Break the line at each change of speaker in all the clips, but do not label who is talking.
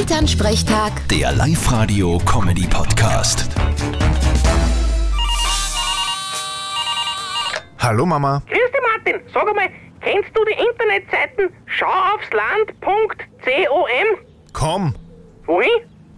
Elternsprechtag,
Der Live-Radio-Comedy-Podcast.
Hallo Mama.
Grüß dich, Martin. Sag einmal, kennst du die Internetseiten schauaufsland.com?
Komm.
Wohin?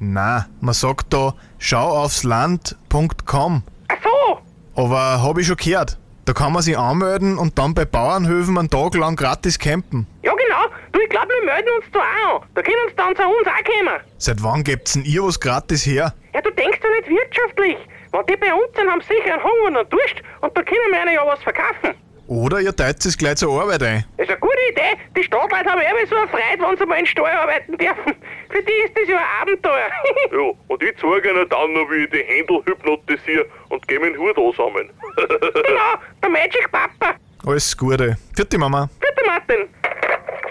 Na, man sagt da schauaufsland.com.
Ach so,
Aber hab ich schon gehört. Da kann man sich anmelden und dann bei Bauernhöfen einen Tag lang gratis campen.
ja genau. Du, ich glaube, wir melden uns da auch an. Da können uns dann zu uns auch kommen.
Seit wann gibt's denn ihr was gratis her?
Ja, du denkst doch nicht wirtschaftlich. Wenn die bei uns sind, haben sie sicher einen Hunger und einen Durst und da können wir ihnen ja was verkaufen.
Oder ihr teilt es gleich zur Arbeit ein.
Das ist eine gute Idee. Die Stadtleute haben immer so eine Freude, wenn sie mal in den Stall arbeiten dürfen. Für die ist das ja ein Abenteuer.
Ja, und ich zeige ihnen dann noch, wie ich die Händel hypnotisiere und gebe mir den Hut ansammeln.
genau, der Magic Papa.
Alles Gute. Vierte Mama.
Bitte, Martin.